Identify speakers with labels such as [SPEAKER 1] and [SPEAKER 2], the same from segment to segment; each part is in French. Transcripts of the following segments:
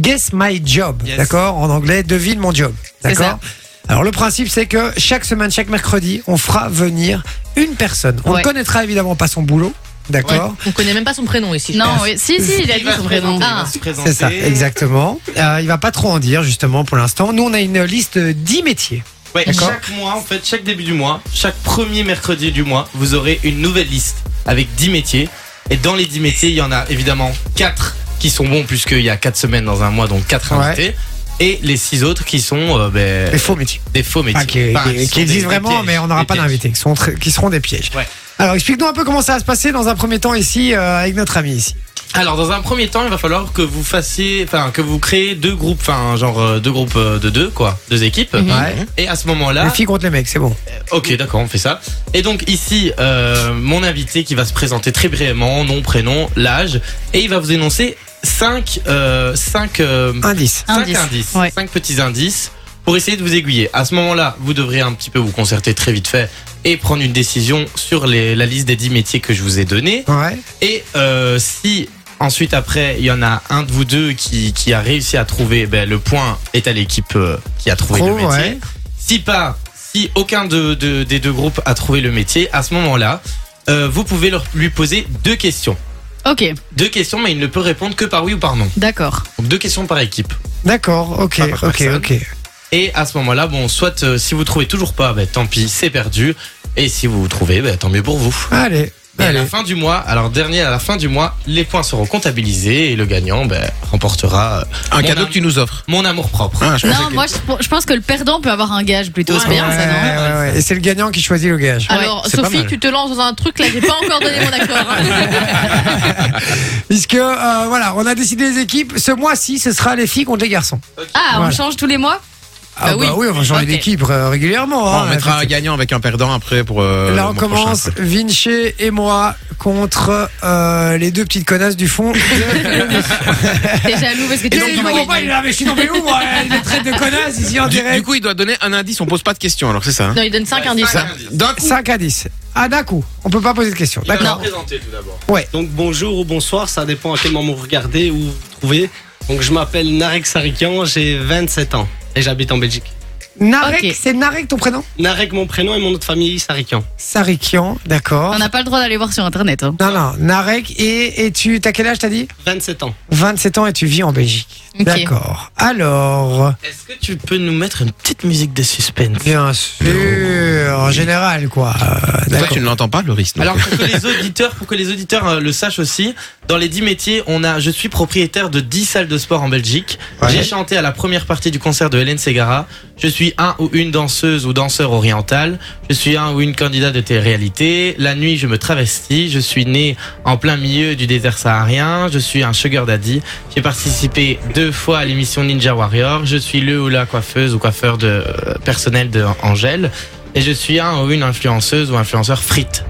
[SPEAKER 1] Guess My Job,
[SPEAKER 2] Yes.
[SPEAKER 1] d'accord En anglais, devine mon job,
[SPEAKER 3] C'est
[SPEAKER 1] d'accord Alors le principe, c'est que chaque semaine, chaque mercredi, on fera venir une personne. On ne
[SPEAKER 3] Ouais.
[SPEAKER 1] connaîtra évidemment pas son boulot, d'accord
[SPEAKER 3] On connaît même pas son prénom ici. je
[SPEAKER 4] Non,
[SPEAKER 3] pense.
[SPEAKER 4] oui. si, si, il a dit son prénom. Ah.
[SPEAKER 2] se présenter.
[SPEAKER 1] C'est ça, exactement. Euh, il va pas trop en dire justement pour l'instant. Nous, on a une liste de 10 métiers.
[SPEAKER 2] Ouais,
[SPEAKER 1] D'accord.
[SPEAKER 2] chaque mois, en fait, chaque début du mois, chaque premier mercredi du mois, vous aurez une nouvelle liste avec 10 métiers. Et dans les 10 métiers, il y en a évidemment 4 qui sont bons, puisqu'il y a 4 semaines dans un mois, donc 4
[SPEAKER 1] Ouais.
[SPEAKER 2] invités. Et les 6 autres qui sont euh, ben,
[SPEAKER 1] Les faux métiers.
[SPEAKER 2] des faux métiers.
[SPEAKER 1] Ah, qui,
[SPEAKER 2] Enfin,
[SPEAKER 1] qui-
[SPEAKER 2] sont
[SPEAKER 1] qui
[SPEAKER 2] des-
[SPEAKER 1] existent
[SPEAKER 2] des
[SPEAKER 1] vraiment,
[SPEAKER 2] pièges,
[SPEAKER 1] mais on n'aura
[SPEAKER 2] des
[SPEAKER 1] pas
[SPEAKER 2] pièges.
[SPEAKER 1] d'invités, qui, sont tr- qui seront des pièges.
[SPEAKER 2] Ouais.
[SPEAKER 1] Alors, explique-nous un peu comment ça va se passer dans un premier temps ici, euh, avec notre ami ici.
[SPEAKER 2] Alors dans un premier temps, il va falloir que vous fassiez, enfin que vous créez deux groupes, enfin genre euh, deux groupes euh, de deux quoi, deux équipes.
[SPEAKER 3] Mhm.
[SPEAKER 1] Ouais.
[SPEAKER 2] Et à ce
[SPEAKER 1] Les
[SPEAKER 2] moment-là,
[SPEAKER 1] filles contre les mecs, c'est bon.
[SPEAKER 2] ok d'accord, on fait ça. Et donc ici, euh, mon invité qui va se présenter très brièvement, nom, prénom, l'âge, et il va vous énoncer cinq, euh, cinq, euh,
[SPEAKER 1] Indice.
[SPEAKER 2] cinq
[SPEAKER 4] Indices.
[SPEAKER 2] indices,
[SPEAKER 4] Ouais.
[SPEAKER 2] cinq petits indices pour essayer de vous aiguiller. À ce moment-là, vous devrez un petit peu vous concerter très vite fait et prendre une décision sur les- la liste des dix métiers que je vous ai donnés.
[SPEAKER 1] Ouais.
[SPEAKER 2] Et euh, si ensuite après il y en a un de vous deux qui, qui a réussi à trouver, ben, le point est à l'équipe euh, qui a trouvé
[SPEAKER 1] Pro,
[SPEAKER 2] le métier.
[SPEAKER 1] ouais.
[SPEAKER 2] Si pas, si aucun de- de- des deux groupes a trouvé le métier, à ce moment-là, euh, vous pouvez leur, lui poser deux questions.
[SPEAKER 4] Ah, Ok,
[SPEAKER 2] Deux questions, mais il ne peut répondre que par oui ou par non.
[SPEAKER 4] d'accord.
[SPEAKER 2] Donc deux questions par équipe.
[SPEAKER 1] D'accord, ok,
[SPEAKER 2] Pas par
[SPEAKER 1] ok,
[SPEAKER 2] personne.
[SPEAKER 1] ok.
[SPEAKER 2] Et à ce moment-là, bon, soit euh, si vous trouvez toujours pas, ben, tant pis, c'est perdu. Et si vous trouvez, ben, tant mieux pour vous.
[SPEAKER 1] Allez,
[SPEAKER 2] Et à la
[SPEAKER 1] allez.
[SPEAKER 2] fin du mois, alors dernier à la fin du mois, les points seront comptabilisés et le gagnant ben, remportera euh,
[SPEAKER 5] Un
[SPEAKER 2] Mon
[SPEAKER 5] cadeau
[SPEAKER 2] âme.
[SPEAKER 5] que tu nous offres.
[SPEAKER 2] mon amour propre.
[SPEAKER 5] Hein, je pensais
[SPEAKER 4] Non,
[SPEAKER 5] que-
[SPEAKER 4] moi, je, je pense que le perdant peut avoir un gage plutôt. C'est
[SPEAKER 2] Ouais,
[SPEAKER 4] bien, ça, non
[SPEAKER 1] Ouais, ouais, ouais. Et c'est le gagnant qui choisit le gage.
[SPEAKER 3] Alors,
[SPEAKER 5] c'est pas
[SPEAKER 3] Sophie,
[SPEAKER 5] mal.
[SPEAKER 3] tu te lances dans un truc là, j'ai pas encore donné mon accord.
[SPEAKER 1] Puisque, euh, voilà, on a décidé les équipes. Ce mois-ci, ce sera les filles contre les garçons.
[SPEAKER 4] Ah,
[SPEAKER 1] Voilà.
[SPEAKER 4] on change tous les mois
[SPEAKER 1] Ah, bah oui.
[SPEAKER 3] oui.
[SPEAKER 1] on va changer
[SPEAKER 4] Ok.
[SPEAKER 1] d'équipe euh, régulièrement.
[SPEAKER 5] Bon,
[SPEAKER 1] hein,
[SPEAKER 5] on mettra
[SPEAKER 1] effectivement.
[SPEAKER 5] un gagnant avec un perdant après pour. euh, le
[SPEAKER 1] Là, on
[SPEAKER 5] mois prochain,
[SPEAKER 1] commence
[SPEAKER 5] quoi.
[SPEAKER 1] Vinci et moi contre euh, les deux petites connasses du fond.
[SPEAKER 4] T'es jaloux parce que tu
[SPEAKER 1] Et
[SPEAKER 4] veux
[SPEAKER 1] donc, ils
[SPEAKER 4] moi
[SPEAKER 1] vont
[SPEAKER 4] gagner.
[SPEAKER 1] pas, il est là, mais je suis tombé où, moi Il me traite de connasse ici en
[SPEAKER 5] Du, du
[SPEAKER 1] direct.
[SPEAKER 5] coup, il doit donner un indice, on pose pas de questions, alors c'est ça. hein
[SPEAKER 3] Non, il donne 5
[SPEAKER 2] Ouais,
[SPEAKER 3] indices.
[SPEAKER 2] cinq.
[SPEAKER 5] Ça- D'un coup,
[SPEAKER 1] 5 à 10. Ah, d'un coup, on peut pas poser de questions. Bah,
[SPEAKER 2] Il va
[SPEAKER 1] D'accord.
[SPEAKER 2] se présenter tout d'abord.
[SPEAKER 6] Donc bonjour ou bonsoir, ça dépend à quel moment vous regardez ou vous vous trouvez. Donc je m'appelle Narek Sarikian, j'ai 27 ans et j'habite en Belgique.
[SPEAKER 1] Narek,
[SPEAKER 4] Ok.
[SPEAKER 1] c'est Narek ton prénom
[SPEAKER 6] Narek mon prénom et mon nom de famille Sarikian.
[SPEAKER 1] Sarikian, d'accord.
[SPEAKER 4] On n'a pas le droit d'aller voir sur internet. hein.
[SPEAKER 1] Non, non, Narek, et, et tu, t'as quel âge t'as dit
[SPEAKER 6] 27 ans.
[SPEAKER 1] 27 ans et tu vis en Belgique.
[SPEAKER 4] Ok.
[SPEAKER 1] D'accord. Alors,
[SPEAKER 2] Est-ce que tu peux nous mettre une petite musique de suspense
[SPEAKER 1] bien sûr, en général, quoi. Euh,
[SPEAKER 5] toi,
[SPEAKER 1] d'accord.
[SPEAKER 5] tu ne l'entends pas, Loris. non
[SPEAKER 2] Alors pour que les auditeurs, pour que les auditeurs euh, le sachent aussi, dans les 10 métiers, on a je suis propriétaire de 10 salles de sport en Belgique.
[SPEAKER 1] Ouais.
[SPEAKER 2] J'ai chanté à la première partie du concert de Hélène Ségara. Je suis un ou une danseuse ou danseur oriental. Je suis un ou une candidat de télé-réalité. La nuit, je me travestis. Je suis né en plein milieu du désert saharien. Je suis un sugar daddy. J'ai participé deux fois à l'émission Ninja Warrior. Je suis le ou la coiffeuse ou coiffeur de euh, personnel de Angèle. Et je suis un ou une influenceuse ou influenceur frite.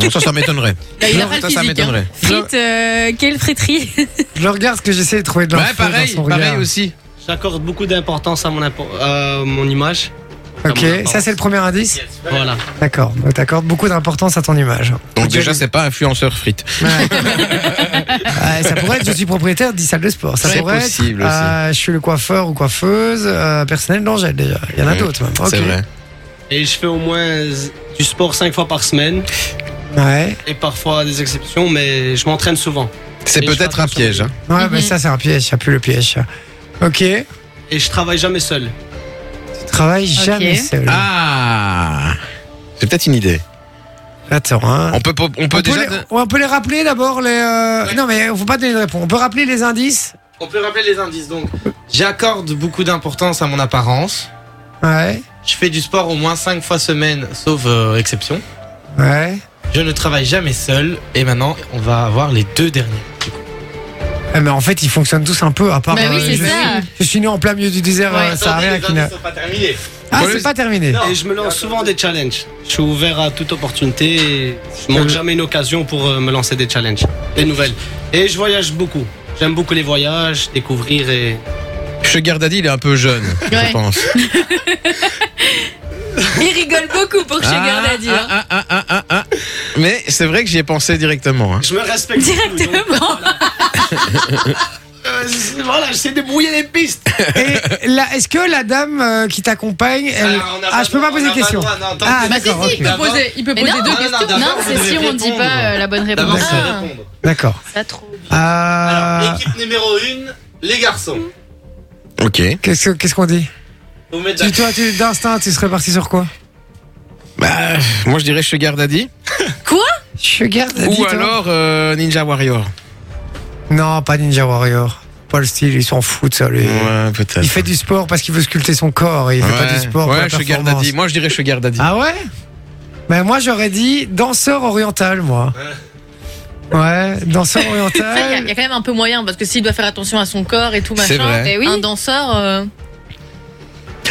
[SPEAKER 5] Non, ça, ça m'étonnerait.
[SPEAKER 3] Là, il a
[SPEAKER 5] Non,
[SPEAKER 3] pas le
[SPEAKER 5] ça, ça
[SPEAKER 3] physique. hein.
[SPEAKER 5] m'étonnerait.
[SPEAKER 4] Frites, euh, quelle friterie
[SPEAKER 1] Je regarde ce que j'essaie de trouver de
[SPEAKER 5] Ouais,
[SPEAKER 1] l'info
[SPEAKER 5] pareil,
[SPEAKER 1] dans son
[SPEAKER 5] pareil
[SPEAKER 1] regard.
[SPEAKER 5] aussi.
[SPEAKER 6] J'accorde beaucoup d'importance à mon, impo- euh, mon image.
[SPEAKER 1] Ok, ça c'est le premier indice.
[SPEAKER 6] Voilà.
[SPEAKER 1] D'accord. Donc t'accordes beaucoup d'importance à ton image.
[SPEAKER 5] Donc
[SPEAKER 1] Ok.
[SPEAKER 5] déjà, c'est pas influenceur frites.
[SPEAKER 1] Ouais. Ouais, ça pourrait être je suis propriétaire de 10 salles de sport. Ça
[SPEAKER 5] C'est
[SPEAKER 1] pourrait
[SPEAKER 5] possible
[SPEAKER 1] être,
[SPEAKER 5] aussi.
[SPEAKER 1] euh, je suis le coiffeur ou coiffeuse euh, personnel d'Angèle déjà. Il y en a
[SPEAKER 5] Ouais,
[SPEAKER 1] d'autres même. Ok.
[SPEAKER 5] C'est vrai.
[SPEAKER 6] Et je fais au moins euh, du sport 5 fois par semaine
[SPEAKER 1] Ouais.
[SPEAKER 6] et parfois des exceptions, mais je m'entraîne souvent.
[SPEAKER 5] C'est
[SPEAKER 6] Et je
[SPEAKER 5] peut-être
[SPEAKER 6] fais
[SPEAKER 5] un piège. hein.
[SPEAKER 1] Ouais,
[SPEAKER 3] Mhm.
[SPEAKER 1] mais ça c'est un piège, ça pue le piège. ça. Ok. Tu
[SPEAKER 6] Et je travaille jamais seul.
[SPEAKER 1] travailles
[SPEAKER 4] Ok.
[SPEAKER 1] jamais seul.
[SPEAKER 5] Ah C'est peut-être une idée.
[SPEAKER 1] Attends, hein.
[SPEAKER 5] On peut, on peut
[SPEAKER 6] Bah,
[SPEAKER 1] On peut,
[SPEAKER 5] déjà.
[SPEAKER 1] les, on peut les rappeler d'abord les. euh, Non mais faut pas donner de réponse. On peut rappeler les indices.
[SPEAKER 2] On peut rappeler les indices donc. J'accorde beaucoup d'importance à mon apparence.
[SPEAKER 1] Ouais.
[SPEAKER 2] Je fais du sport au moins 5 fois semaine, sauf euh, exception.
[SPEAKER 1] Ouais.
[SPEAKER 2] Je ne travaille jamais seul. Et maintenant, on va avoir les deux derniers.
[SPEAKER 1] Ah, mais en fait ils fonctionnent tous un peu à part.
[SPEAKER 4] Bah oui,
[SPEAKER 1] euh,
[SPEAKER 4] c'est
[SPEAKER 1] je,
[SPEAKER 4] ça.
[SPEAKER 1] Suis, je suis né en plein milieu du désert. euh, ça a rien qui n'a-
[SPEAKER 2] pas terminés.
[SPEAKER 1] Ah
[SPEAKER 5] Bon,
[SPEAKER 1] c'est
[SPEAKER 5] les-
[SPEAKER 1] pas terminé.
[SPEAKER 6] Et je me lance souvent des challenges. Je suis ouvert à toute opportunité. et Je manque jamais une occasion pour euh, me lancer des challenges, des nouvelles. Et je voyage beaucoup. J'aime beaucoup les voyages, découvrir et.
[SPEAKER 5] Sugar Daddy, il est un peu jeune, je
[SPEAKER 3] Ouais.
[SPEAKER 5] pense.
[SPEAKER 4] Il rigole beaucoup pour Sugar
[SPEAKER 5] Ah,
[SPEAKER 4] Daddy.
[SPEAKER 5] ah,
[SPEAKER 4] hein.
[SPEAKER 5] ah, ah, ah, ah.
[SPEAKER 6] ah.
[SPEAKER 5] Mais c'est vrai que j'y ai pensé directement. hein.
[SPEAKER 6] Je me respecte. beaucoup, donc
[SPEAKER 4] Directement.
[SPEAKER 6] euh, c'est- voilà, j'essaie de brouiller les pistes.
[SPEAKER 1] Et là, est-ce que la dame euh, qui t'accompagne, elle...
[SPEAKER 6] Alors, on a
[SPEAKER 1] ah,
[SPEAKER 6] pas
[SPEAKER 1] je peux
[SPEAKER 6] le
[SPEAKER 1] pas
[SPEAKER 6] droit,
[SPEAKER 1] poser
[SPEAKER 6] on
[SPEAKER 1] de
[SPEAKER 6] a pas le
[SPEAKER 1] questions.
[SPEAKER 6] droit, non, tant
[SPEAKER 1] Ah,
[SPEAKER 6] pis.
[SPEAKER 3] Bah, si,
[SPEAKER 1] d'accord,
[SPEAKER 3] si, il
[SPEAKER 1] ok.
[SPEAKER 3] peut poser, il peut
[SPEAKER 4] Mais
[SPEAKER 3] poser
[SPEAKER 4] non,
[SPEAKER 3] deux
[SPEAKER 4] non,
[SPEAKER 6] non,
[SPEAKER 3] questions.
[SPEAKER 6] d'abord,
[SPEAKER 4] Non,
[SPEAKER 6] vous
[SPEAKER 4] c'est
[SPEAKER 6] devez
[SPEAKER 4] si on dit
[SPEAKER 6] répondre.
[SPEAKER 4] pas euh, la bonne
[SPEAKER 6] D'abord,
[SPEAKER 4] réponse.
[SPEAKER 6] c'est
[SPEAKER 3] Ah.
[SPEAKER 6] répondre.
[SPEAKER 1] D'accord.
[SPEAKER 4] Ça trop.
[SPEAKER 1] Euh,
[SPEAKER 6] Alors, équipe numéro 1, les garçons.
[SPEAKER 5] Ok.
[SPEAKER 1] Qu'est-ce que- qu'est-ce qu'on dit
[SPEAKER 6] Vous mettez
[SPEAKER 1] Si toi, tu- d'instinct, tu serais parti sur quoi
[SPEAKER 5] Bah, moi je dirais Sugar Daddy.
[SPEAKER 1] Je garde.
[SPEAKER 5] Ou alors euh, Ninja Warrior.
[SPEAKER 1] Non, pas Ninja Warrior. Pas le style, il s'en fout de ça. lui.
[SPEAKER 5] Ouais, peut-être.
[SPEAKER 1] Il fait du sport parce qu'il veut sculpter son corps et il
[SPEAKER 5] ouais.
[SPEAKER 1] fait pas du sport pour
[SPEAKER 5] Ouais,
[SPEAKER 1] la
[SPEAKER 5] Sugar
[SPEAKER 1] performance.
[SPEAKER 5] Daddy. Moi je dirais Sugar Daddy.
[SPEAKER 1] Ah ouais Ben moi j'aurais dit danseur oriental moi. Ouais, danseur
[SPEAKER 3] Ça, Il y, a- il
[SPEAKER 1] oriental.
[SPEAKER 3] y a quand même un peu moyen parce que s'il doit faire attention à son corps et tout
[SPEAKER 5] C'est
[SPEAKER 3] machin,
[SPEAKER 5] vrai.
[SPEAKER 3] eh oui, un danseur. euh,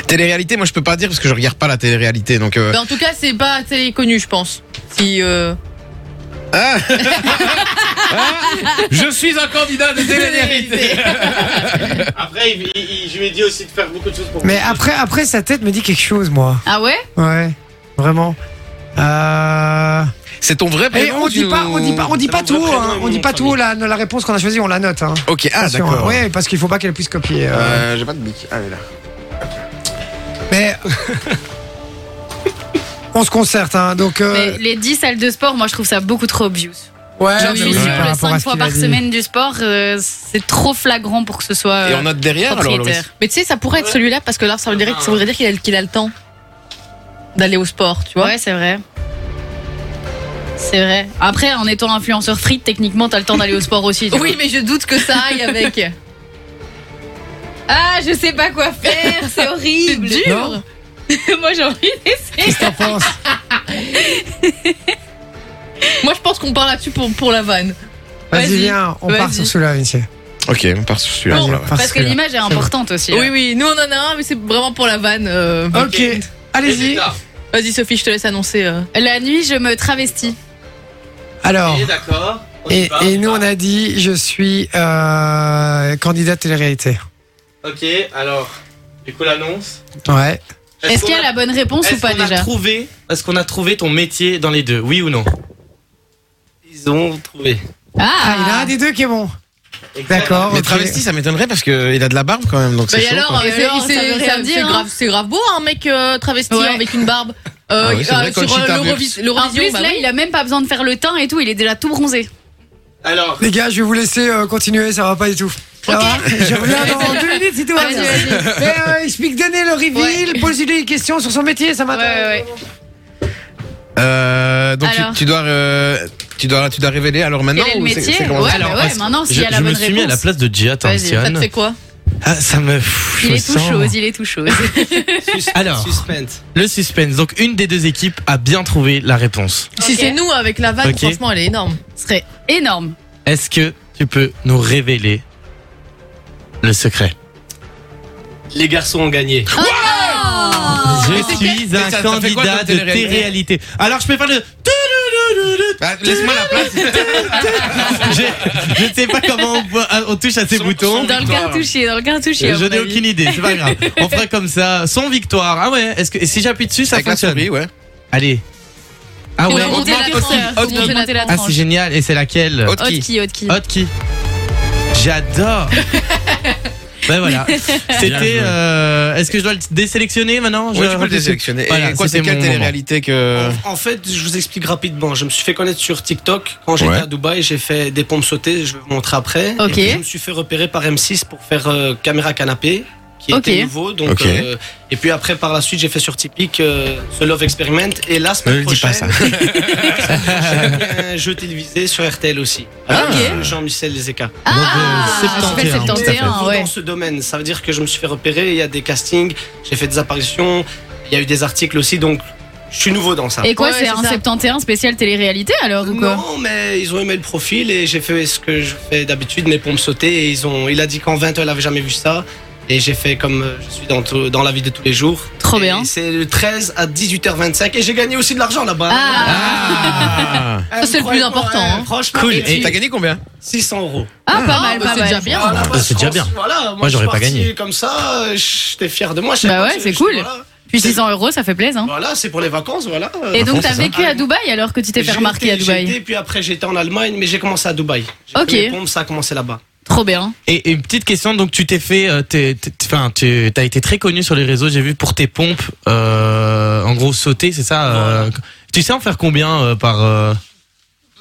[SPEAKER 5] Télé-réalité, moi je peux pas dire parce que je regarde pas la télé-réalité. Donc. euh,
[SPEAKER 3] bah, en tout cas, c'est pas assez connu, je pense. Si euh,
[SPEAKER 5] Ah Je suis un candidat de télé-réalité.
[SPEAKER 6] Après, il- il- il- je lui ai dit aussi de faire beaucoup de choses pour
[SPEAKER 1] Mais après, après sa tête me dit quelque chose moi.
[SPEAKER 4] Ah ouais
[SPEAKER 1] Ouais, vraiment. Euh...
[SPEAKER 5] C'est ton vrai
[SPEAKER 1] Et
[SPEAKER 5] prénom
[SPEAKER 1] on
[SPEAKER 5] ou tu
[SPEAKER 1] dit pas,
[SPEAKER 5] nous-
[SPEAKER 1] on dit pas, on dit pas
[SPEAKER 6] C'est mon
[SPEAKER 1] tout,
[SPEAKER 6] vrai prénom
[SPEAKER 1] hein.
[SPEAKER 6] et
[SPEAKER 1] on
[SPEAKER 6] mon
[SPEAKER 1] dit
[SPEAKER 6] nom
[SPEAKER 1] pas
[SPEAKER 6] de
[SPEAKER 1] tout. La, la réponse qu'on a choisie, on la note. Hein.
[SPEAKER 5] Ok, ah
[SPEAKER 1] Attention,
[SPEAKER 5] d'accord.
[SPEAKER 1] hein. Ouais, parce qu'il faut pas qu'elle puisse copier. euh.
[SPEAKER 5] Euh, J'ai pas de bic. Ah, elle est là.
[SPEAKER 1] Mais on se concerte, hein. Donc euh,
[SPEAKER 4] Mais les 10 salles de sport, moi je trouve ça beaucoup trop obvious.
[SPEAKER 1] ouais,
[SPEAKER 3] Ah
[SPEAKER 4] J'en
[SPEAKER 1] mais
[SPEAKER 4] suis
[SPEAKER 1] oui,
[SPEAKER 4] sûre,
[SPEAKER 1] par rapport à
[SPEAKER 4] le
[SPEAKER 1] ce
[SPEAKER 4] 5 fois
[SPEAKER 1] qu'il a
[SPEAKER 4] par
[SPEAKER 1] dit.
[SPEAKER 4] semaine du sport, euh, c'est trop flagrant pour que ce soit
[SPEAKER 5] Et
[SPEAKER 4] euh,
[SPEAKER 5] on note derrière Ah, alors, Loris
[SPEAKER 4] propriétaire.
[SPEAKER 3] Mais tu sais, ça pourrait être
[SPEAKER 6] Ouais.
[SPEAKER 3] celui-là parce que là, ça voudrait, ça voudrait dire qu'il a, qu'il a le temps d'aller au sport, tu vois.
[SPEAKER 4] Ouais, c'est vrai. C'est vrai. Après, en étant influenceur frites, techniquement, t'as le temps d'aller au sport aussi. tu
[SPEAKER 3] Oui, mais je doute que ça aille avec.
[SPEAKER 4] Ah, je sais pas quoi faire, c'est horrible.
[SPEAKER 3] C'est dur.
[SPEAKER 1] Non.
[SPEAKER 4] Moi j'ai envie d'essayer.
[SPEAKER 1] Qu'est-ce que t'en penses
[SPEAKER 3] Moi, je pense qu'on parle là-dessus pour, pour la vanne.
[SPEAKER 1] Vas-y,
[SPEAKER 3] Vas-y,
[SPEAKER 1] viens, on part
[SPEAKER 3] vas-y.
[SPEAKER 1] sur celui-là, Vinci.
[SPEAKER 5] Ok, on part sur celui-là.
[SPEAKER 1] Vas-y,
[SPEAKER 5] voilà.
[SPEAKER 1] on part sur
[SPEAKER 4] Parce que
[SPEAKER 1] celui-là.
[SPEAKER 4] l'image est importante aussi. hein.
[SPEAKER 3] Oui, oui, nous on en a un, mais c'est vraiment pour la vanne. euh.
[SPEAKER 1] Ok, allez-y.
[SPEAKER 3] Vas-y, Sophie, je te laisse annoncer. euh.
[SPEAKER 4] La nuit, je me travestis.
[SPEAKER 1] Alors,
[SPEAKER 6] Il est d'accord. on y
[SPEAKER 1] et,
[SPEAKER 6] va.
[SPEAKER 1] et nous on a dit, je suis euh, candidat télé-réalité.
[SPEAKER 6] Ok, alors, du coup, l'annonce.
[SPEAKER 1] Ouais.
[SPEAKER 4] Est-ce qu'il y
[SPEAKER 6] qu'on
[SPEAKER 4] a la bonne réponse
[SPEAKER 6] est-ce
[SPEAKER 4] ou pas
[SPEAKER 6] qu'on a
[SPEAKER 4] déjà
[SPEAKER 6] trouvé Est-ce qu'on a trouvé ton métier dans les deux Oui ou non Ils ont trouvé.
[SPEAKER 1] Ah, il y en a un des deux qui est bon. D'accord.
[SPEAKER 5] Mais
[SPEAKER 1] ok.
[SPEAKER 5] travesti, ça m'étonnerait parce qu'il a de la barbe quand même, donc
[SPEAKER 3] Bah,
[SPEAKER 5] c'est
[SPEAKER 3] et
[SPEAKER 5] chaud.
[SPEAKER 3] alors,
[SPEAKER 5] quoi.
[SPEAKER 3] euh,
[SPEAKER 4] Et
[SPEAKER 3] c'est-
[SPEAKER 4] alors,
[SPEAKER 3] c'est-
[SPEAKER 4] ça veut
[SPEAKER 3] c'est-
[SPEAKER 4] rien
[SPEAKER 3] c'est
[SPEAKER 4] dire,
[SPEAKER 3] grave, c'est grave beau, un mec euh, travesti
[SPEAKER 4] Ouais.
[SPEAKER 3] avec une barbe. Euh,
[SPEAKER 5] Ah oui, c'est
[SPEAKER 3] euh,
[SPEAKER 5] vrai,
[SPEAKER 3] sur
[SPEAKER 5] Conchita
[SPEAKER 3] euh,
[SPEAKER 5] Wurst.
[SPEAKER 3] l'Eurovis-
[SPEAKER 4] En
[SPEAKER 3] l'Eurovision,
[SPEAKER 4] plus,
[SPEAKER 3] bah
[SPEAKER 4] là,
[SPEAKER 3] oui.
[SPEAKER 4] il a même pas besoin de faire le teint et tout, il est déjà tout bronzé.
[SPEAKER 6] Alors,
[SPEAKER 1] Les gars, je vais vous laisser euh, continuer, ça va pas du tout. Ça va Je reviens dans deux minutes si tout va
[SPEAKER 4] Vas-y,
[SPEAKER 1] bien.
[SPEAKER 4] vas-y.
[SPEAKER 1] Mais, euh, explique Donnez le reveal, posez-lui des questions sur son métier, ça m'intéresse.
[SPEAKER 4] Ouais, ouais,
[SPEAKER 5] Euh, donc tu-
[SPEAKER 4] Alors.
[SPEAKER 5] Tu, dois, euh, tu dois, tu dois révéler alors maintenant
[SPEAKER 4] Quel est le
[SPEAKER 5] ou c'est-
[SPEAKER 4] métier
[SPEAKER 5] c'est comment
[SPEAKER 4] Ouais,
[SPEAKER 5] ça
[SPEAKER 4] bah
[SPEAKER 6] Alors,
[SPEAKER 4] ouais,
[SPEAKER 6] parce-
[SPEAKER 4] maintenant, s'il
[SPEAKER 2] Je,
[SPEAKER 4] y a la
[SPEAKER 2] je me
[SPEAKER 4] bonne
[SPEAKER 2] suis mis à la
[SPEAKER 4] réponse.
[SPEAKER 2] place de Gia
[SPEAKER 3] Ça te
[SPEAKER 2] Thompson.
[SPEAKER 3] fait quoi
[SPEAKER 2] Ah, ça me. pff,
[SPEAKER 4] Il
[SPEAKER 2] je
[SPEAKER 4] est tout
[SPEAKER 2] sens-
[SPEAKER 4] chose, il est tout chose.
[SPEAKER 6] sus-
[SPEAKER 2] Alors.
[SPEAKER 6] suspense.
[SPEAKER 2] Le suspense. Donc, une des deux équipes a bien trouvé la réponse.
[SPEAKER 3] Si c'est nous avec la vanne,
[SPEAKER 2] Ok.
[SPEAKER 3] franchement, elle est énorme.
[SPEAKER 4] Ce serait énorme.
[SPEAKER 2] Est-ce que tu peux nous révéler le secret
[SPEAKER 6] Les garçons ont gagné.
[SPEAKER 3] Mais c'est
[SPEAKER 2] Je suis
[SPEAKER 5] Oh. Mais ça-
[SPEAKER 2] un
[SPEAKER 5] ça fait quoi comme
[SPEAKER 2] candidat de
[SPEAKER 5] télé-réalité
[SPEAKER 2] télé-réalité. Alors, je peux faire le.
[SPEAKER 5] Ah, Laisse-moi la place.
[SPEAKER 2] Je je ne sais pas comment on, voit- on touche à ces
[SPEAKER 6] Sans-
[SPEAKER 2] boutons.
[SPEAKER 6] sans-
[SPEAKER 4] Dans le cartouchier, dans le cartouchier. à
[SPEAKER 2] Je
[SPEAKER 4] mon
[SPEAKER 2] n'ai
[SPEAKER 4] avis.
[SPEAKER 2] aucune idée, c'est pas grave. On fera comme ça, sans victoire. Ah ouais, est-ce que et si j'appuie dessus, ça
[SPEAKER 5] Avec la
[SPEAKER 2] fonctionne
[SPEAKER 5] souris, ouais.
[SPEAKER 2] Allez. Ah
[SPEAKER 4] Faut
[SPEAKER 2] ouais,
[SPEAKER 4] remonter
[SPEAKER 2] augmente
[SPEAKER 4] la
[SPEAKER 2] aussi.
[SPEAKER 4] tranche, faut
[SPEAKER 2] Hotkey.
[SPEAKER 4] remonter la
[SPEAKER 2] Ah
[SPEAKER 4] tranche.
[SPEAKER 2] c'est génial, et c'est laquelle
[SPEAKER 5] Hotkey.
[SPEAKER 4] Hotkey, hotkey.
[SPEAKER 2] Hotkey. J'adore. ben voilà. C'était. euh, Est-ce que je dois le désélectionner maintenant Je
[SPEAKER 5] Ouais, tu peux le
[SPEAKER 2] rappelle-
[SPEAKER 5] désélectionner.
[SPEAKER 2] Voilà,
[SPEAKER 5] Et quoi, c'est
[SPEAKER 2] c'était
[SPEAKER 5] quelle
[SPEAKER 2] mon
[SPEAKER 5] télé-réalité que.
[SPEAKER 6] En en fait, je vous explique rapidement. Je me suis fait connaître sur TikTok. Quand j'étais
[SPEAKER 5] Ouais.
[SPEAKER 6] à Dubaï, j'ai fait des pompes sautées. Je vais vous montrer après.
[SPEAKER 4] Ok.
[SPEAKER 6] Et je me suis fait repérer par M6 pour faire euh, caméra canapé, qui
[SPEAKER 4] Ok.
[SPEAKER 6] était nouveau. Donc,
[SPEAKER 5] Ok.
[SPEAKER 6] euh, et puis après, par la suite, j'ai fait sur Typique euh, ce Love Experiment. Et la semaine
[SPEAKER 5] Ne le dis pas,
[SPEAKER 6] prochaine, j'ai un jeu télévisé sur RTL aussi. Avec Jean-Michel Zeka.
[SPEAKER 4] Ah,
[SPEAKER 2] Donc, euh,
[SPEAKER 4] je fais
[SPEAKER 2] 71, tout à fait.
[SPEAKER 4] 71,
[SPEAKER 6] Vous,
[SPEAKER 4] ouais.
[SPEAKER 6] dans ce domaine. Ça veut dire que je me suis fait repérer, il y a des castings, j'ai fait des apparitions, il y a eu des articles aussi, donc je suis nouveau dans ça.
[SPEAKER 4] Et quoi,
[SPEAKER 3] Ouais,
[SPEAKER 4] c'est
[SPEAKER 3] c'est
[SPEAKER 4] un
[SPEAKER 3] ça.
[SPEAKER 4] 71 spécial télé-réalité alors ou quoi
[SPEAKER 6] Non, mais ils ont aimé le profil et j'ai fait ce que je fais d'habitude, mes pompes sautées. Et ils ont, il a dit qu'en 20 ans, il avait jamais vu ça. Et j'ai fait comme euh, je suis dans, tout- dans la vie de tous les jours.
[SPEAKER 4] Trop
[SPEAKER 6] Et
[SPEAKER 4] bien.
[SPEAKER 6] C'est le 13 à 18h25 et j'ai gagné aussi de l'argent là-bas.
[SPEAKER 4] Ah,
[SPEAKER 5] Ah
[SPEAKER 6] Ah,
[SPEAKER 3] c'est le plus
[SPEAKER 6] croyez-moi,
[SPEAKER 3] important,
[SPEAKER 6] hein,
[SPEAKER 3] hein.
[SPEAKER 6] Franchement,
[SPEAKER 2] Cool.
[SPEAKER 6] et puis,
[SPEAKER 5] T'as gagné combien
[SPEAKER 6] 600 euros.
[SPEAKER 4] Ah, pas
[SPEAKER 3] Ah,
[SPEAKER 4] mal,
[SPEAKER 3] bah,
[SPEAKER 4] pas
[SPEAKER 3] c'est
[SPEAKER 4] mal.
[SPEAKER 3] déjà bien.
[SPEAKER 6] Voilà, moi,
[SPEAKER 2] c'est
[SPEAKER 6] je
[SPEAKER 2] déjà
[SPEAKER 6] pense-
[SPEAKER 2] bien.
[SPEAKER 6] Voilà, moi,
[SPEAKER 2] Moi,
[SPEAKER 6] je suis
[SPEAKER 2] j'aurais pas
[SPEAKER 6] parti
[SPEAKER 2] gagné.
[SPEAKER 6] Comme ça, euh, j'étais fier de moi. je sais
[SPEAKER 4] Bah
[SPEAKER 6] pas,
[SPEAKER 4] ouais,
[SPEAKER 6] je-
[SPEAKER 4] c'est
[SPEAKER 6] je-
[SPEAKER 4] cool.
[SPEAKER 6] Voilà,
[SPEAKER 4] Puis 600 euros, ça fait plaisir. hein.
[SPEAKER 6] Voilà, c'est pour les vacances, voilà.
[SPEAKER 3] Bah,
[SPEAKER 4] Et donc,
[SPEAKER 5] fond,
[SPEAKER 4] t'as
[SPEAKER 5] c'est ça.
[SPEAKER 4] vécu à Dubaï alors que tu t'es fait
[SPEAKER 6] J'ai
[SPEAKER 4] remarquer à
[SPEAKER 6] été- j'ai
[SPEAKER 4] Dubaï
[SPEAKER 6] été, puis après j'étais en Allemagne, mais j'ai commencé à Dubaï. J'ai
[SPEAKER 4] Ok.
[SPEAKER 6] fait mes pompes, ça a commencé là-bas.
[SPEAKER 4] Trop bien.
[SPEAKER 2] Et et une petite question, donc tu t'es fait, euh, t'es- t'es- enfin, tu as été très connu sur les réseaux. J'ai vu pour tes pompes, euh, en gros sauter, c'est ça. euh, tu sais en faire combien euh, par euh,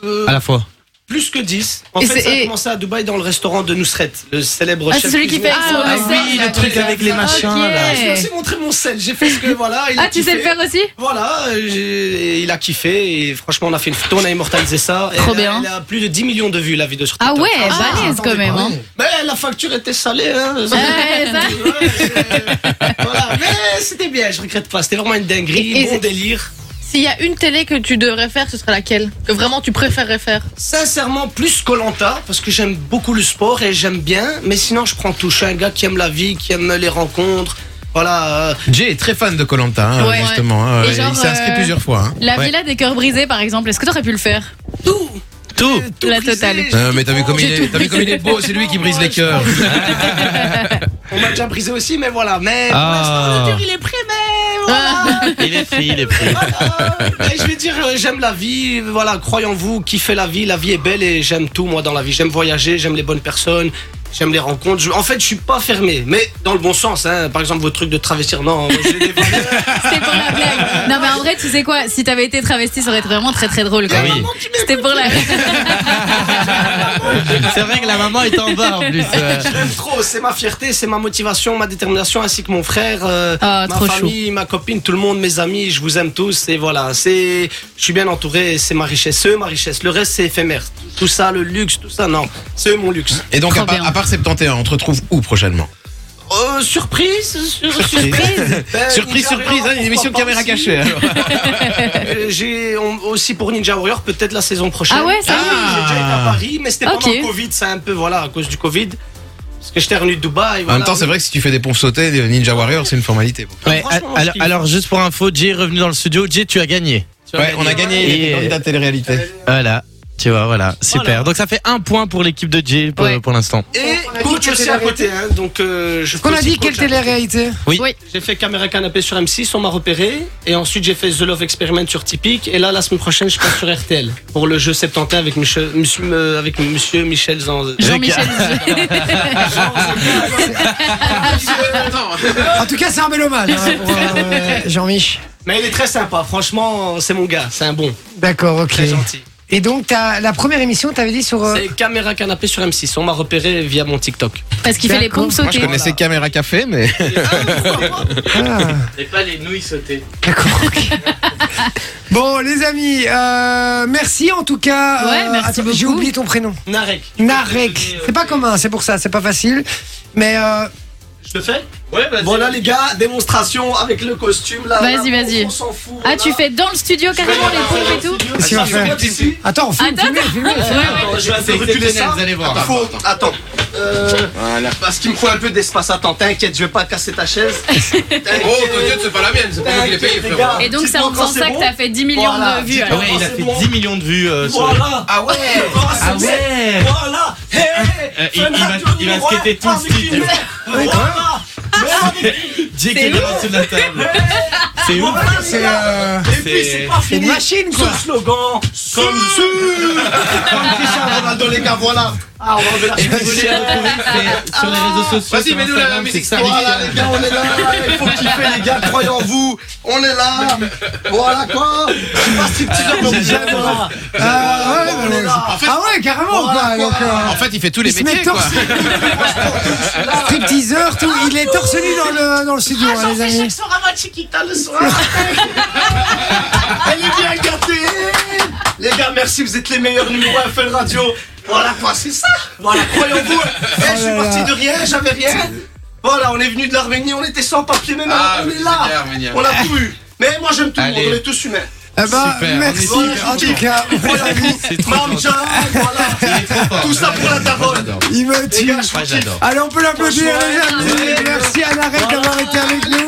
[SPEAKER 6] Euh,
[SPEAKER 2] à la fois
[SPEAKER 6] Plus que 10. En
[SPEAKER 3] Et c'est-
[SPEAKER 6] fait, ça
[SPEAKER 3] et-
[SPEAKER 6] a commencé à Dubaï dans le restaurant de Nusret, le célèbre
[SPEAKER 3] Ah,
[SPEAKER 6] chef.
[SPEAKER 3] c'est celui qui fait
[SPEAKER 6] cuisinier.
[SPEAKER 3] avec son
[SPEAKER 4] Ah
[SPEAKER 3] dessert,
[SPEAKER 2] oui,
[SPEAKER 3] là,
[SPEAKER 2] le truc
[SPEAKER 3] tu-
[SPEAKER 2] avec les machins, là.
[SPEAKER 6] Ah, Je lui ai aussi montré mon sel. J'ai fait ce que voilà. il a
[SPEAKER 3] Ah, tu sais
[SPEAKER 6] kiffé.
[SPEAKER 3] le faire aussi
[SPEAKER 6] Voilà, euh, j'ai- il a kiffé et franchement on a fait une photo, on a immortalisé ça. Et
[SPEAKER 4] Trop
[SPEAKER 6] elle a-
[SPEAKER 4] bien.
[SPEAKER 6] Elle a plus de 10 millions de vues la vidéo sur
[SPEAKER 4] Ah
[SPEAKER 6] TikTok.
[SPEAKER 4] ouais,
[SPEAKER 3] Ah,
[SPEAKER 4] balèze quand même. hein.
[SPEAKER 6] Mais la facture était salée. Hein.
[SPEAKER 3] Bah,
[SPEAKER 4] Ouais, ça-
[SPEAKER 6] Ouais, c'est- euh, voilà. Mais c'était bien, je regrette pas. C'était vraiment une dinguerie,
[SPEAKER 3] Et- et
[SPEAKER 6] bon
[SPEAKER 3] c'est-
[SPEAKER 6] délire.
[SPEAKER 3] S'il y a une télé que tu devrais faire, ce serait laquelle Que vraiment tu préférerais faire
[SPEAKER 6] Sincèrement, plus Colanta parce que j'aime beaucoup le sport et j'aime bien. Mais sinon, je prends tout. Je suis un gars qui aime la vie, qui aime les rencontres. Voilà. euh,
[SPEAKER 5] Jay est très fan de Colanta,
[SPEAKER 4] Ouais.
[SPEAKER 5] justement. hein.
[SPEAKER 4] Et
[SPEAKER 5] Il
[SPEAKER 4] genre,
[SPEAKER 5] s'est inscrit
[SPEAKER 4] euh,
[SPEAKER 5] plusieurs fois. hein.
[SPEAKER 4] La
[SPEAKER 5] Ouais.
[SPEAKER 4] villa des cœurs brisés, par exemple, est-ce que t'aurais pu le faire
[SPEAKER 6] Tout.
[SPEAKER 2] Tout.
[SPEAKER 6] tout
[SPEAKER 4] La
[SPEAKER 6] brisé,
[SPEAKER 4] totale.
[SPEAKER 6] j'ai
[SPEAKER 5] Euh, mais t'as vu
[SPEAKER 6] tout
[SPEAKER 5] comme il
[SPEAKER 6] mangé.
[SPEAKER 5] est, t'as vu comme il est beau, c'est lui qui brise les cœurs.
[SPEAKER 6] On m'a déjà brisé aussi, mais voilà. Mais pour
[SPEAKER 2] Ah.
[SPEAKER 6] l'instant, le dur, il est pris, mais voilà.
[SPEAKER 2] Il est pris, il est pris.
[SPEAKER 6] Voilà. Et je vais dire, euh, j'aime la vie, voilà, croyez en vous, kiffez la vie, la vie est belle et j'aime tout moi dans la vie. J'aime voyager, j'aime les bonnes personnes, j'aime les rencontres. Je- en fait, je suis pas fermé, mais dans le bon sens. Hein. Par exemple, vos trucs de travestir, non, j'ai des valeurs.
[SPEAKER 4] C'était pour la blague. Non, mais en vrai, tu sais quoi Si t'avais été travesti, ça aurait été vraiment très très drôle quand
[SPEAKER 2] Ah oui.
[SPEAKER 4] même. C'était pour la.
[SPEAKER 2] C'est vrai que la maman est en bas en plus. euh.
[SPEAKER 6] Je l'aime trop, c'est ma fierté, c'est ma motivation, ma détermination, ainsi que mon frère, euh,
[SPEAKER 4] Ah,
[SPEAKER 6] ma
[SPEAKER 4] trop
[SPEAKER 6] famille, ma copine, tout le monde, mes amis, je vous aime tous et voilà, c'est, je suis bien entouré, et c'est ma richesse, c'est eux ma richesse, le reste c'est éphémère, tout ça, le luxe, tout ça, non, c'est eux mon luxe.
[SPEAKER 5] Et donc,
[SPEAKER 4] Trop
[SPEAKER 5] à part,
[SPEAKER 4] bien.
[SPEAKER 5] à part 71, on te retrouve où prochainement
[SPEAKER 6] Euh, surprise, sur-
[SPEAKER 4] euh,
[SPEAKER 6] surprise, Ben,
[SPEAKER 5] Surprise, surprise,
[SPEAKER 6] Ninja Warrior,
[SPEAKER 5] hein, une émission
[SPEAKER 6] pourquoi
[SPEAKER 5] caméra
[SPEAKER 6] pas aussi.
[SPEAKER 5] cachée. hein. alors.
[SPEAKER 6] Euh, J'ai on- aussi pour Ninja Warrior peut-être la saison prochaine.
[SPEAKER 4] Ah ouais, ça
[SPEAKER 6] Oui,
[SPEAKER 5] Ah.
[SPEAKER 6] J'ai déjà été à Paris, mais c'était pendant
[SPEAKER 4] Ok.
[SPEAKER 6] le Covid, c'est un peu voilà à cause du Covid, parce que j'étais revenu de Dubaï.
[SPEAKER 5] En
[SPEAKER 6] voilà.
[SPEAKER 5] même temps, c'est vrai que si tu fais des pompes sautées, des Ninja Warrior, c'est une formalité. bon.
[SPEAKER 2] Ouais,
[SPEAKER 6] Franchement,
[SPEAKER 2] alors,
[SPEAKER 6] je kiffe.
[SPEAKER 2] alors, juste pour info, Jay est revenu dans le studio. Jay, tu as gagné. Tu as
[SPEAKER 5] Ouais, on a gagné il était
[SPEAKER 2] Et-
[SPEAKER 5] candidat de télé-réalité.
[SPEAKER 2] Voilà. Tu vois, voilà, super.
[SPEAKER 6] Voilà.
[SPEAKER 2] Donc ça fait un point pour l'équipe de Jay pour,
[SPEAKER 4] Ouais.
[SPEAKER 2] pour l'instant.
[SPEAKER 6] Et
[SPEAKER 1] On a dit
[SPEAKER 6] coach
[SPEAKER 1] quelle
[SPEAKER 6] aussi à
[SPEAKER 1] télé-réalité.
[SPEAKER 6] côté, hein, donc euh, je.
[SPEAKER 1] Qu'on
[SPEAKER 6] peux
[SPEAKER 1] a
[SPEAKER 6] aussi
[SPEAKER 1] dit quelle
[SPEAKER 6] coach à côté.
[SPEAKER 1] télé-réalité
[SPEAKER 6] J'ai fait caméra canapé sur M6, on m'a repéré, et ensuite j'ai fait The Love Experiment sur Typique, et là la semaine prochaine je passe sur RTL pour le jeu 70 avec Michel, monsieur, euh, avec Monsieur Michel Zanz.
[SPEAKER 4] Jean-Michel.
[SPEAKER 1] En tout cas, c'est un bel hommage hein, pour euh, Jean-Mich.
[SPEAKER 6] Mais il est très sympa, franchement c'est mon gars, c'est un bon,
[SPEAKER 1] D'accord, ok.
[SPEAKER 6] très gentil.
[SPEAKER 1] Et donc, t'as- la première émission, t'avais dit sur. euh,
[SPEAKER 6] C'est caméra canapé sur M6, on m'a repéré via mon TikTok.
[SPEAKER 4] Parce qu'il fait les
[SPEAKER 1] D'accord.
[SPEAKER 4] pompes
[SPEAKER 5] Moi, je
[SPEAKER 4] sautées.
[SPEAKER 5] connaissais Caméra Café, mais
[SPEAKER 1] ah.
[SPEAKER 2] Et pas les nouilles sautées.
[SPEAKER 1] D'accord. ok. bon, les amis, euh, merci en tout cas. euh,
[SPEAKER 4] Ouais, merci
[SPEAKER 1] attends, J'ai
[SPEAKER 4] beaucoup.
[SPEAKER 1] oublié ton prénom.
[SPEAKER 6] Narek,
[SPEAKER 1] Narek. C'est pas commun, c'est pour ça, c'est pas facile. Mais euh,
[SPEAKER 6] je le fais
[SPEAKER 2] Ouais, vas-y.
[SPEAKER 6] Voilà les gars, démonstration avec le costume là.
[SPEAKER 4] Vas-y,
[SPEAKER 6] là,
[SPEAKER 4] vas-y.
[SPEAKER 6] On s'en fout.
[SPEAKER 4] Ah,
[SPEAKER 6] là.
[SPEAKER 4] tu fais dans le studio carrément les pompes et tout
[SPEAKER 1] Qu'est-ce qu'il va faire attends, on filme,
[SPEAKER 4] Attends,
[SPEAKER 1] filmez, filmez.
[SPEAKER 6] Attends, je vais un peu reculer ça.
[SPEAKER 5] vous allez voir.
[SPEAKER 6] Attends, faut- attends. Euh, Parce qu'il me faut un peu d'espace. Attends, t'inquiète, je vais pas casser ta chaise. T'inquiète,
[SPEAKER 5] Oh, c'est pas la mienne, c'est
[SPEAKER 6] t'inquiète, les gars.
[SPEAKER 4] Et donc, c'est en
[SPEAKER 6] Dites-moi quand
[SPEAKER 4] faisant ça
[SPEAKER 6] c'est
[SPEAKER 4] que
[SPEAKER 6] bon.
[SPEAKER 4] t'as fait 10 millions
[SPEAKER 6] Voilà,
[SPEAKER 4] de vues.
[SPEAKER 2] Ah
[SPEAKER 4] alors.
[SPEAKER 2] ouais, il a
[SPEAKER 6] C'est
[SPEAKER 2] fait
[SPEAKER 6] bon.
[SPEAKER 2] 10 millions de vues euh, sur-
[SPEAKER 6] Voilà. Ah ouais.
[SPEAKER 2] Ah ouais
[SPEAKER 6] Voilà. Hey,
[SPEAKER 2] Euh, il-
[SPEAKER 6] Fun
[SPEAKER 2] il va-
[SPEAKER 6] Radio
[SPEAKER 2] il va
[SPEAKER 6] numéro un,
[SPEAKER 2] skater tout de
[SPEAKER 6] avec
[SPEAKER 2] suite.
[SPEAKER 6] une lumière. Voilà.
[SPEAKER 2] Jay qui est devant sur la table. C'est ouf.
[SPEAKER 6] Voilà, les
[SPEAKER 1] C'est
[SPEAKER 6] gars.
[SPEAKER 1] euh,
[SPEAKER 6] Et puis Ah, c'est pas
[SPEAKER 1] c'est une
[SPEAKER 6] fini.
[SPEAKER 1] machine,
[SPEAKER 6] Ce
[SPEAKER 1] quoi.
[SPEAKER 6] slogan, comme comme Cristiano Ronaldo, les gars, voilà. Ah, on va enlever la
[SPEAKER 2] Et vous voulez
[SPEAKER 6] chemise.
[SPEAKER 2] retrouver, c'est sur les réseaux sociaux.
[SPEAKER 5] Vas-y,
[SPEAKER 2] sur
[SPEAKER 5] mets-nous la- la
[SPEAKER 2] Instagram,
[SPEAKER 5] musique.
[SPEAKER 2] c'est ça.
[SPEAKER 6] Voilà les gars, on est là, il faut kiffer les gars, croyez en vous, on est là, voilà quoi, je suis pas stripteaseur comme hein. vous êtes, voilà.
[SPEAKER 1] Ah ouais,
[SPEAKER 6] on est là.
[SPEAKER 1] bah, ah ouais, carrément,
[SPEAKER 6] Voilà,
[SPEAKER 1] quoi. Donc, euh,
[SPEAKER 5] En fait, il fait tous les
[SPEAKER 1] il se met
[SPEAKER 5] métiers,
[SPEAKER 1] torse
[SPEAKER 5] quoi.
[SPEAKER 1] Stripteaseur, tout. Il est torse nu dans le, dans le studio,
[SPEAKER 4] Ah,
[SPEAKER 1] hein, les amis.
[SPEAKER 6] soir à ma chiquita le soir. Elle est bien gâtée. Les gars, merci, vous êtes les meilleurs numéros à FL Radio. Voilà quoi, c'est ça. Voilà, croyez en vous. Eh, je suis
[SPEAKER 1] Oh là là.
[SPEAKER 6] parti de rien, j'avais rien. Voilà, on est venu de l'Arménie, on était sans papier, mais maintenant on est là. On a tout eu. Mais moi j'aime tout le monde,
[SPEAKER 2] Allez.
[SPEAKER 6] on est tous humains.
[SPEAKER 1] Eh ben,
[SPEAKER 5] Super, on est
[SPEAKER 1] merci
[SPEAKER 6] super
[SPEAKER 1] en tout
[SPEAKER 6] contents.
[SPEAKER 1] cas.
[SPEAKER 6] Voilà vous, Mamja, voilà. Tout ça pour la daronne.
[SPEAKER 1] Il me
[SPEAKER 6] Les
[SPEAKER 1] tue.
[SPEAKER 6] gars, je vous
[SPEAKER 2] Moi,
[SPEAKER 6] kiffe.
[SPEAKER 2] j'adore.
[SPEAKER 1] Allez, on peut l'applaudir,
[SPEAKER 6] Bonsoir.
[SPEAKER 1] les amis. Merci à Narek d'avoir été avec nous.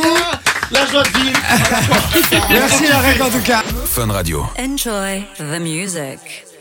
[SPEAKER 6] La joie de vivre.
[SPEAKER 1] Merci Narek en tout cas.
[SPEAKER 7] Enjoy the music.